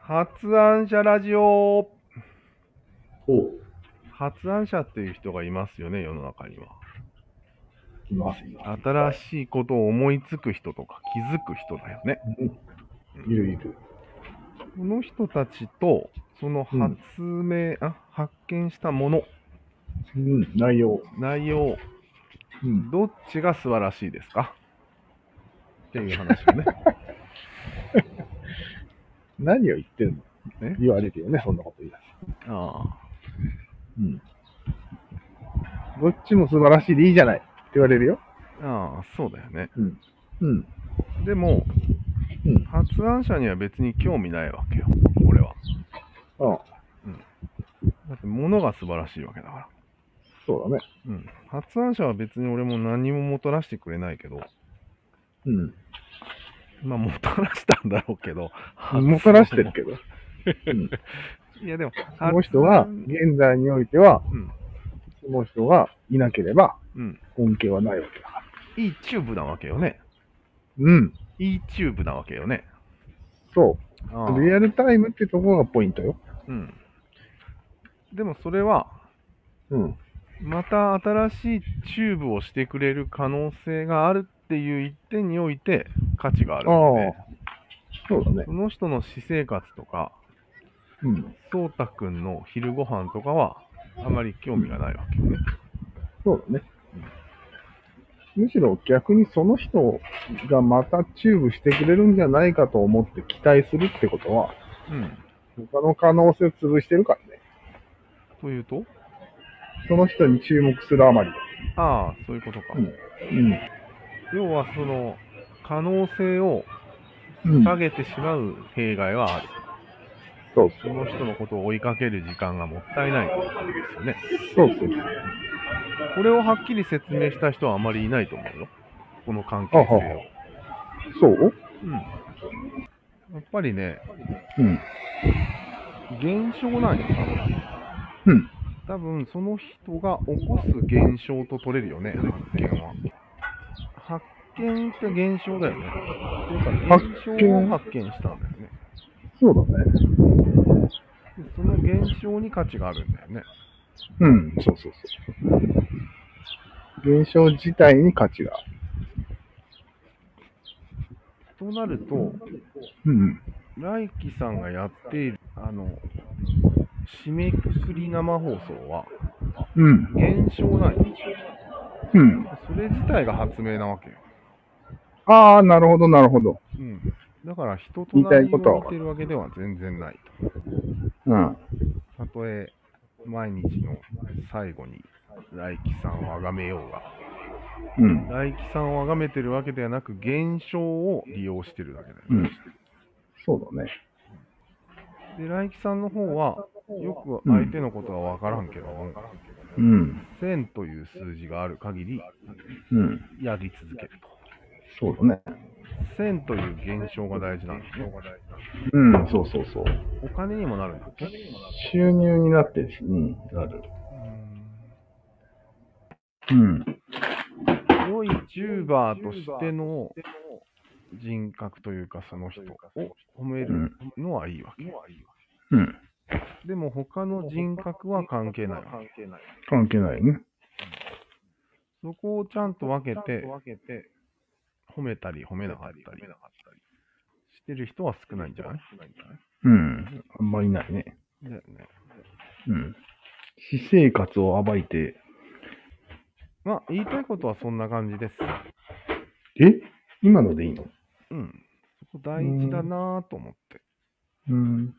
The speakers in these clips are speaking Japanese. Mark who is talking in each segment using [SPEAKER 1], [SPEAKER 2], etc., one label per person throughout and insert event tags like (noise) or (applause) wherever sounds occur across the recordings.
[SPEAKER 1] 発案者ラジオ
[SPEAKER 2] お
[SPEAKER 1] 発案者っていう人がいますよね、世の中には。
[SPEAKER 2] います、います。
[SPEAKER 1] 新しいことを思いつく人とか気づく人だよね。
[SPEAKER 2] いるいる。
[SPEAKER 1] この人たちと、その発明、あ発見したもの、
[SPEAKER 2] うん、内容。
[SPEAKER 1] 内容、
[SPEAKER 2] うん。
[SPEAKER 1] どっちが素晴らしいですかっていう話
[SPEAKER 2] (laughs)
[SPEAKER 1] をね。
[SPEAKER 2] 何を言ってるの
[SPEAKER 1] え
[SPEAKER 2] 言われるよね、そんなこと言い出す。
[SPEAKER 1] ああ
[SPEAKER 2] うん。どっちも素晴らしいでいいじゃないって言われるよ。
[SPEAKER 1] ああ、そうだよね。
[SPEAKER 2] うん。
[SPEAKER 1] でも、
[SPEAKER 2] うん。
[SPEAKER 1] 発案者には別に興味ないわけよ、俺は。
[SPEAKER 2] ああ、
[SPEAKER 1] だって物が素晴らしいわけだから。
[SPEAKER 2] そうだね。
[SPEAKER 1] うん。発案者は別に俺も何ももたらしてくれないけど、
[SPEAKER 2] うん。
[SPEAKER 1] まあもたらしたんだろうけど、
[SPEAKER 2] もたらしてるけど。うん。
[SPEAKER 1] いやでも、
[SPEAKER 2] その人が、
[SPEAKER 1] うん
[SPEAKER 2] 現在においては、
[SPEAKER 1] うん
[SPEAKER 2] その人がいなければ、
[SPEAKER 1] うん。
[SPEAKER 2] 恩恵はないわけだから。
[SPEAKER 1] いいチューブなわけよね。
[SPEAKER 2] うん。
[SPEAKER 1] いいチューブなわけよね。
[SPEAKER 2] そ
[SPEAKER 1] ああ
[SPEAKER 2] う。リアルタイムってところがポイントよ。
[SPEAKER 1] うん。でもそれは、
[SPEAKER 2] うん。
[SPEAKER 1] また新しいチューブをしてくれる可能性があるっていう一点において価値がある
[SPEAKER 2] ああ
[SPEAKER 1] ので、。
[SPEAKER 2] そうだね。
[SPEAKER 1] その人の私生活とか、
[SPEAKER 2] うん。
[SPEAKER 1] そうたくんの昼ご飯とかは、あまり興味がないわけよね。
[SPEAKER 2] そうだね。むしろ逆にその人がまたチューブしてくれるんじゃないかと思って期待するってことは、
[SPEAKER 1] うん。
[SPEAKER 2] 他の可能性を潰してるからね。
[SPEAKER 1] というと
[SPEAKER 2] その人に注目するあまり。
[SPEAKER 1] ああ、そういうことか。
[SPEAKER 2] うん。
[SPEAKER 1] 要は、その、可能性を
[SPEAKER 2] うん、
[SPEAKER 1] 下げてしまう弊害はある。
[SPEAKER 2] そう
[SPEAKER 1] その人のことを追いかける時間がもったいないということですよね。
[SPEAKER 2] そうそう。
[SPEAKER 1] これをはっきり説明した人はあまりいないと思うよ。この関係性
[SPEAKER 2] あ
[SPEAKER 1] を
[SPEAKER 2] は。そう
[SPEAKER 1] うん。やっぱりね、
[SPEAKER 2] うん。
[SPEAKER 1] 現象なんよ、
[SPEAKER 2] うん。
[SPEAKER 1] 多分。多分その人が起こす現象と取れるよね、発見は。発見って現象だよね。というか、
[SPEAKER 2] 発
[SPEAKER 1] 現
[SPEAKER 2] 見
[SPEAKER 1] 象を発見したんだよね。
[SPEAKER 2] そうだね。
[SPEAKER 1] でその現象に価値があるんだよね。
[SPEAKER 2] うん。そうそうそう。現象自体に価値がある。
[SPEAKER 1] となると、
[SPEAKER 2] うん。
[SPEAKER 1] 来輝さんがやっている、あの、締めくくり生放送は、
[SPEAKER 2] うん。
[SPEAKER 1] 現象なんよ。
[SPEAKER 2] うん。
[SPEAKER 1] それ自体が発明なわけよ。
[SPEAKER 2] ああ、なるほど、なるほど。
[SPEAKER 1] うん。だから人と
[SPEAKER 2] 言いたい
[SPEAKER 1] 何を
[SPEAKER 2] ことは
[SPEAKER 1] 見てるわけでは全然ないと。
[SPEAKER 2] うん。
[SPEAKER 1] たとえ毎日の最後に来輝さんを崇めようが、
[SPEAKER 2] うん。
[SPEAKER 1] 来輝さんを崇めてるわけではなく、現象を利用してるだけだよ
[SPEAKER 2] う
[SPEAKER 1] ね。
[SPEAKER 2] ん。そうだね。
[SPEAKER 1] で、来輝さんの方は、よく相手のことは分からんけども、
[SPEAKER 2] うん。
[SPEAKER 1] 1000という数字がある限り、
[SPEAKER 2] うん。
[SPEAKER 1] やり続ける
[SPEAKER 2] そうだね。
[SPEAKER 1] と。1000という現象が大事なんですね。
[SPEAKER 2] うん。そうそうそう。
[SPEAKER 1] お金にもなるんだっけ
[SPEAKER 2] 収入になってるし、うん。なる。うん。
[SPEAKER 1] 良いチューバーとしての人格というかその人を褒めるのはいいわけ。
[SPEAKER 2] うん。
[SPEAKER 1] でも他の人格は関係ないわけ。
[SPEAKER 2] 関係ないね。
[SPEAKER 1] そこをちゃんと分けて褒めたり褒めなかったりしてる人は少ないんじゃない
[SPEAKER 2] うん。あんまりないね。
[SPEAKER 1] だよね。
[SPEAKER 2] うん。私生活を暴いて、
[SPEAKER 1] まあ言いたいことはそんな感じです。
[SPEAKER 2] え今のでいいの
[SPEAKER 1] うん。そこ大事だなぁと思って。
[SPEAKER 2] うん。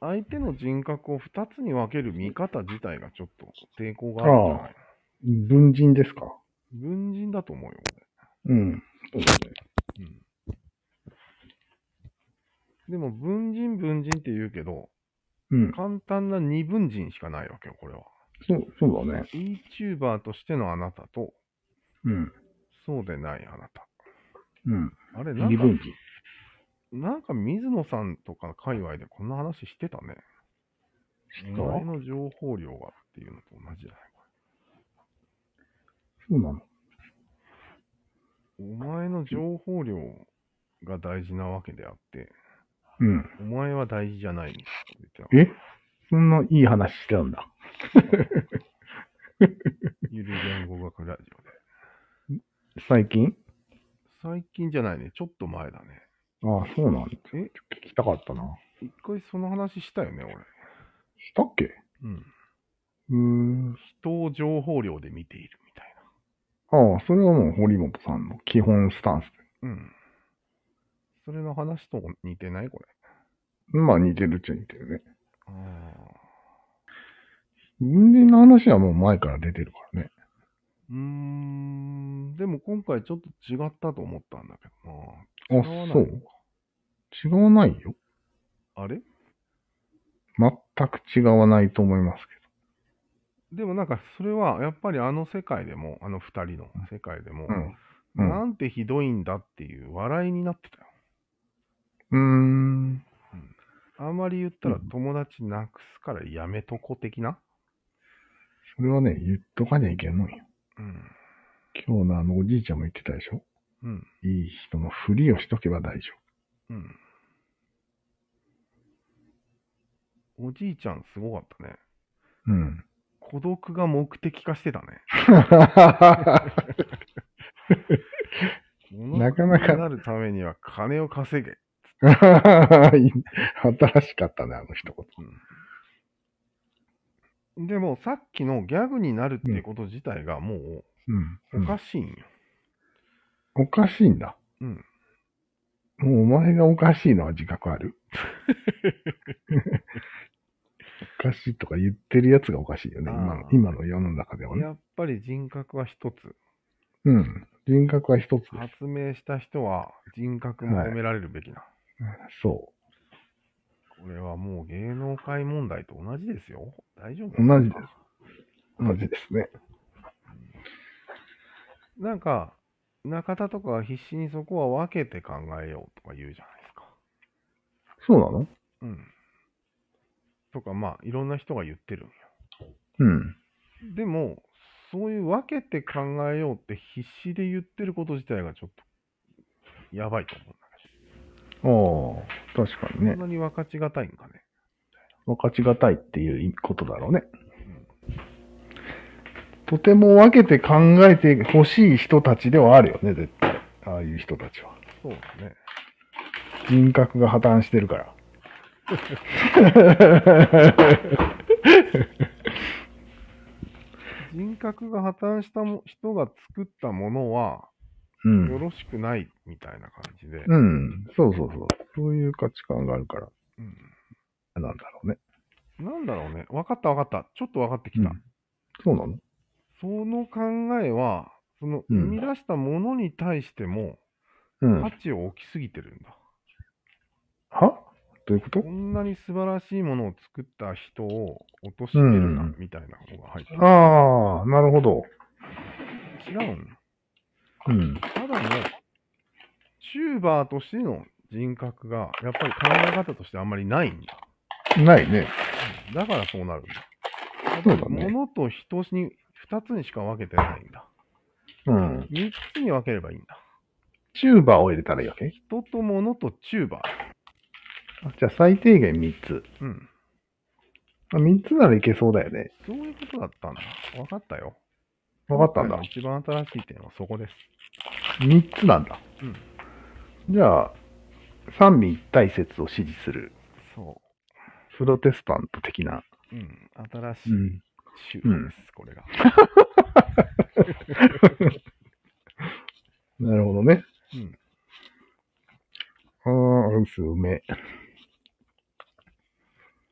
[SPEAKER 1] 相手の人格を2つに分ける見方自体がちょっと抵抗があるんじゃない
[SPEAKER 2] 文人ですか
[SPEAKER 1] 文人だと思うよ、俺。
[SPEAKER 2] うん。そうだね。
[SPEAKER 1] でも、文人文人って言うけど、
[SPEAKER 2] うん。
[SPEAKER 1] 簡単な二文人しかないわけよ、これは。
[SPEAKER 2] そう、そうだね。
[SPEAKER 1] VTuber としてのあなたと、
[SPEAKER 2] うん。
[SPEAKER 1] そうでないあなた。
[SPEAKER 2] うん。
[SPEAKER 1] あれ、なん
[SPEAKER 2] 二
[SPEAKER 1] か、
[SPEAKER 2] 分人。
[SPEAKER 1] なんか水野さんとか界隈でこんな話してたね。
[SPEAKER 2] た
[SPEAKER 1] 前の情報量がっていうのと同じじゃない
[SPEAKER 2] そうなの。
[SPEAKER 1] お前の情報量が大事なわけであって、
[SPEAKER 2] うん。
[SPEAKER 1] お前は大事じゃないみたいな。
[SPEAKER 2] えそんないい話してたんだ。
[SPEAKER 1] ゆる言語学ラジオで。
[SPEAKER 2] 最近
[SPEAKER 1] 最近じゃないね。ちょっと前だね。
[SPEAKER 2] ああ、そうなんだ。
[SPEAKER 1] え
[SPEAKER 2] 聞きたかったな。
[SPEAKER 1] 一回その話したよね、俺。
[SPEAKER 2] したっけ
[SPEAKER 1] うん。
[SPEAKER 2] うーん。
[SPEAKER 1] 人を情報量で見ているみたい
[SPEAKER 2] ああ、それはもう堀本さんの基本スタン
[SPEAKER 1] な。うん。それの話と似てないこれ。
[SPEAKER 2] ス。まあ似てるっちゃ似てるね。
[SPEAKER 1] ああ。
[SPEAKER 2] 文人の話はもう前から出てるからね。
[SPEAKER 1] うーん。でも今回ちょっと違ったと思ったんだけどな。違わな
[SPEAKER 2] あ、
[SPEAKER 1] い
[SPEAKER 2] そう。違わないよ。
[SPEAKER 1] あれ
[SPEAKER 2] 全く違わないと思います
[SPEAKER 1] でもなんかそれはやっぱりあの世界でも、あの二人の世界でも、
[SPEAKER 2] けど。うん。うん
[SPEAKER 1] なんてひどいんだっていう笑いになってたよ。
[SPEAKER 2] うーん。
[SPEAKER 1] あんまり言ったら
[SPEAKER 2] うん
[SPEAKER 1] 友達なくすからやめとこ的な。
[SPEAKER 2] それはね、言っとかにゃいけんのよ。
[SPEAKER 1] うん。
[SPEAKER 2] 今日のあのおじいちゃんも言ってたでしょ
[SPEAKER 1] うん。
[SPEAKER 2] いい人のふりをしとけば大丈
[SPEAKER 1] うん。おじいちゃんすごかったね。
[SPEAKER 2] 夫。
[SPEAKER 1] (laughs)
[SPEAKER 2] うん。 (laughs)
[SPEAKER 1] 孤独が目的化してたね。
[SPEAKER 2] なかなか
[SPEAKER 1] 孤独になるためには金を稼げ。
[SPEAKER 2] 新しかったね、あの一言。
[SPEAKER 1] うん、でもさっきのギャグになるってこと自体がも
[SPEAKER 2] うん。
[SPEAKER 1] うおかしいんよ。
[SPEAKER 2] おかしいんだ。
[SPEAKER 1] うん。
[SPEAKER 2] もうお前がおかしいのは自覚あるおかしいとか言ってるやつがおかしいよね。
[SPEAKER 1] あー
[SPEAKER 2] 今の今の世の中ではね。
[SPEAKER 1] やっぱり人格は一つ。
[SPEAKER 2] うん。人格は一つです。
[SPEAKER 1] 発明した人は人格も褒められるべきな。
[SPEAKER 2] そ
[SPEAKER 1] これはもう芸能界問題と同じですよ。大丈夫
[SPEAKER 2] 同じでう。同じですね。
[SPEAKER 1] なんか、中田とかは必死にそこは分けて考えようとか言うじゃないですか。
[SPEAKER 2] そうなの
[SPEAKER 1] うん。とか、まあ、いろんな人が言ってるんよ。
[SPEAKER 2] うん。
[SPEAKER 1] でも、そういう分けて考えようって必死で言ってること自体がちょっと、やばいと思うんだ
[SPEAKER 2] ああ、確か
[SPEAKER 1] け
[SPEAKER 2] に
[SPEAKER 1] ど、
[SPEAKER 2] ね
[SPEAKER 1] そん。なに分かちがたいんかね。
[SPEAKER 2] 分かちがたいっていうことだろうね。とても分けて考えてほしい人たちではあるよね、絶対。ああいう人たちは。
[SPEAKER 1] そうだね。
[SPEAKER 2] 人格が破綻して
[SPEAKER 1] (laughs)
[SPEAKER 2] るから。
[SPEAKER 1] 人格が破綻したも人が作ったものは、
[SPEAKER 2] う
[SPEAKER 1] よ
[SPEAKER 2] ん。
[SPEAKER 1] ろしくないみたいな感じで、
[SPEAKER 2] うん。そうそうそう。そういう価値観があるから、
[SPEAKER 1] うん
[SPEAKER 2] なんだろうね。
[SPEAKER 1] なんだろうね。分かった分かった。ちょっと分かってきた。
[SPEAKER 2] うんそうなの
[SPEAKER 1] その考えは、その
[SPEAKER 2] う
[SPEAKER 1] 生
[SPEAKER 2] ん
[SPEAKER 1] み出したものに対しても
[SPEAKER 2] うん。
[SPEAKER 1] 価
[SPEAKER 2] は
[SPEAKER 1] 値を置きすぎてるんだ。
[SPEAKER 2] どういうこと
[SPEAKER 1] こんなに素晴らしいものを作った人を落としてる
[SPEAKER 2] う、
[SPEAKER 1] なんみたいなことが入ってる。
[SPEAKER 2] ああ、なるほど。
[SPEAKER 1] 違うんよ
[SPEAKER 2] うん。
[SPEAKER 1] ただの、チューバーとしての人格が、やっぱり考え方としてあんまりないんだ。
[SPEAKER 2] ないね。
[SPEAKER 1] だからそうなるんだ。
[SPEAKER 2] そうだね。
[SPEAKER 1] 物と人に、二つにしか分けてないんだ。
[SPEAKER 2] うん。
[SPEAKER 1] 三つに分ければいいんだ。
[SPEAKER 2] チューバーを入れたらいいわけ
[SPEAKER 1] 人と物とチューバー。
[SPEAKER 2] あじゃあ最低限3つ。
[SPEAKER 1] うん。
[SPEAKER 2] あ3つならいけそうだよね。
[SPEAKER 1] そういうことだったんだ。わかったよ。
[SPEAKER 2] わかったん
[SPEAKER 1] 今。
[SPEAKER 2] だ
[SPEAKER 1] 回の一番新しい点はそこです。
[SPEAKER 2] 3つなんだ。
[SPEAKER 1] うん
[SPEAKER 2] じゃあ、三位一体説を支持する、
[SPEAKER 1] そ
[SPEAKER 2] プロテスタント的な。
[SPEAKER 1] う。うん。新しい
[SPEAKER 2] ん。
[SPEAKER 1] 宗派です、これが。
[SPEAKER 2] なるほどね。
[SPEAKER 1] うん。
[SPEAKER 2] あー、薄め。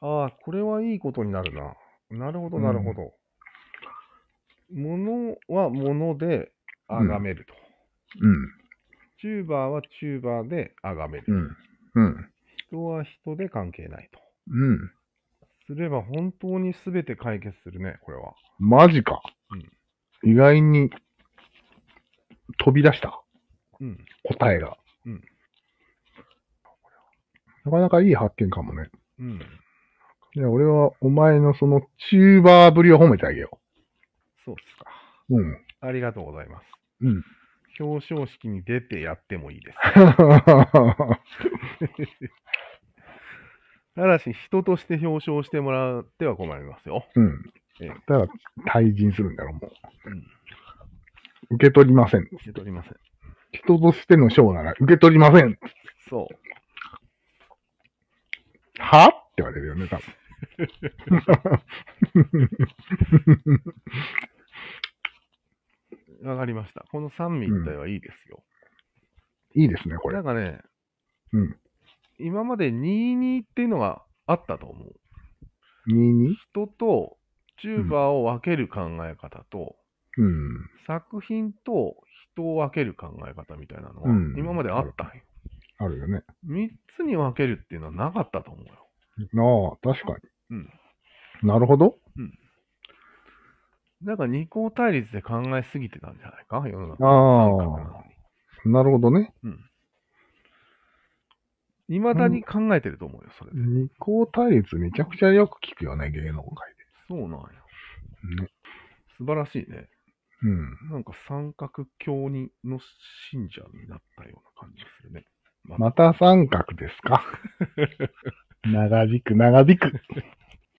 [SPEAKER 1] ああ、これはいいことになるな。なるほど、なるほど。ものはもので、あがめると。チューバーはチューバーであがめ
[SPEAKER 2] う
[SPEAKER 1] る。
[SPEAKER 2] ん。うん。
[SPEAKER 1] 人は人で関係ないと。
[SPEAKER 2] うん。うん。
[SPEAKER 1] すれば本当に全て解決するね、これは。
[SPEAKER 2] マジか。意外に、飛び出した
[SPEAKER 1] うん。
[SPEAKER 2] 答えが。
[SPEAKER 1] うん。
[SPEAKER 2] なかなかいい発見かもね。
[SPEAKER 1] うん。
[SPEAKER 2] じゃあ俺はお前のそのチューバーぶりを褒めてあげよ
[SPEAKER 1] そうっすか。
[SPEAKER 2] う。うん。 (laughs)
[SPEAKER 1] ありがとうございます。
[SPEAKER 2] うん。
[SPEAKER 1] 表彰式に出てやってもいいです。ただし、人として表彰してもらっては困ります
[SPEAKER 2] (laughs)
[SPEAKER 1] よ。
[SPEAKER 2] うん
[SPEAKER 1] ええ。
[SPEAKER 2] ただ、退陣するんだろう、もう。受け取りません。
[SPEAKER 1] 受け取りません。
[SPEAKER 2] 人としての賞なら受け取りません。
[SPEAKER 1] そう。
[SPEAKER 2] はって言われるよね、多
[SPEAKER 1] (laughs)
[SPEAKER 2] 分。 (laughs)
[SPEAKER 1] わかりました。この三位一体はいいですよ。
[SPEAKER 2] いいですね、これ
[SPEAKER 1] な。んかね、
[SPEAKER 2] うん
[SPEAKER 1] 今まで22っていうのがあったと思う。
[SPEAKER 2] 22?
[SPEAKER 1] 人とチューバーを分ける考え方と、
[SPEAKER 2] うん。
[SPEAKER 1] 作品と人を分ける考え方みたいなのは
[SPEAKER 2] うん
[SPEAKER 1] 今まであったんよ。
[SPEAKER 2] あるよね。
[SPEAKER 1] 3つに分けるっていうのはなかったと思うよ。
[SPEAKER 2] ああ、確かに。
[SPEAKER 1] うん
[SPEAKER 2] なるほど。
[SPEAKER 1] なんか二項対立で考えすぎてたんじゃないか世の中。三角な
[SPEAKER 2] あ
[SPEAKER 1] のに
[SPEAKER 2] あ、なるほどね。
[SPEAKER 1] 未だに考えてると思うよ、それで。
[SPEAKER 2] 二項対立めちゃくちゃよく聞くよね、芸能界
[SPEAKER 1] そうなんや。
[SPEAKER 2] で。ね。
[SPEAKER 1] 素晴らしいね。
[SPEAKER 2] うん。
[SPEAKER 1] なんか三角教にの信者になったような感じでするね。 (laughs)
[SPEAKER 2] また三角ですか長引く、長引く。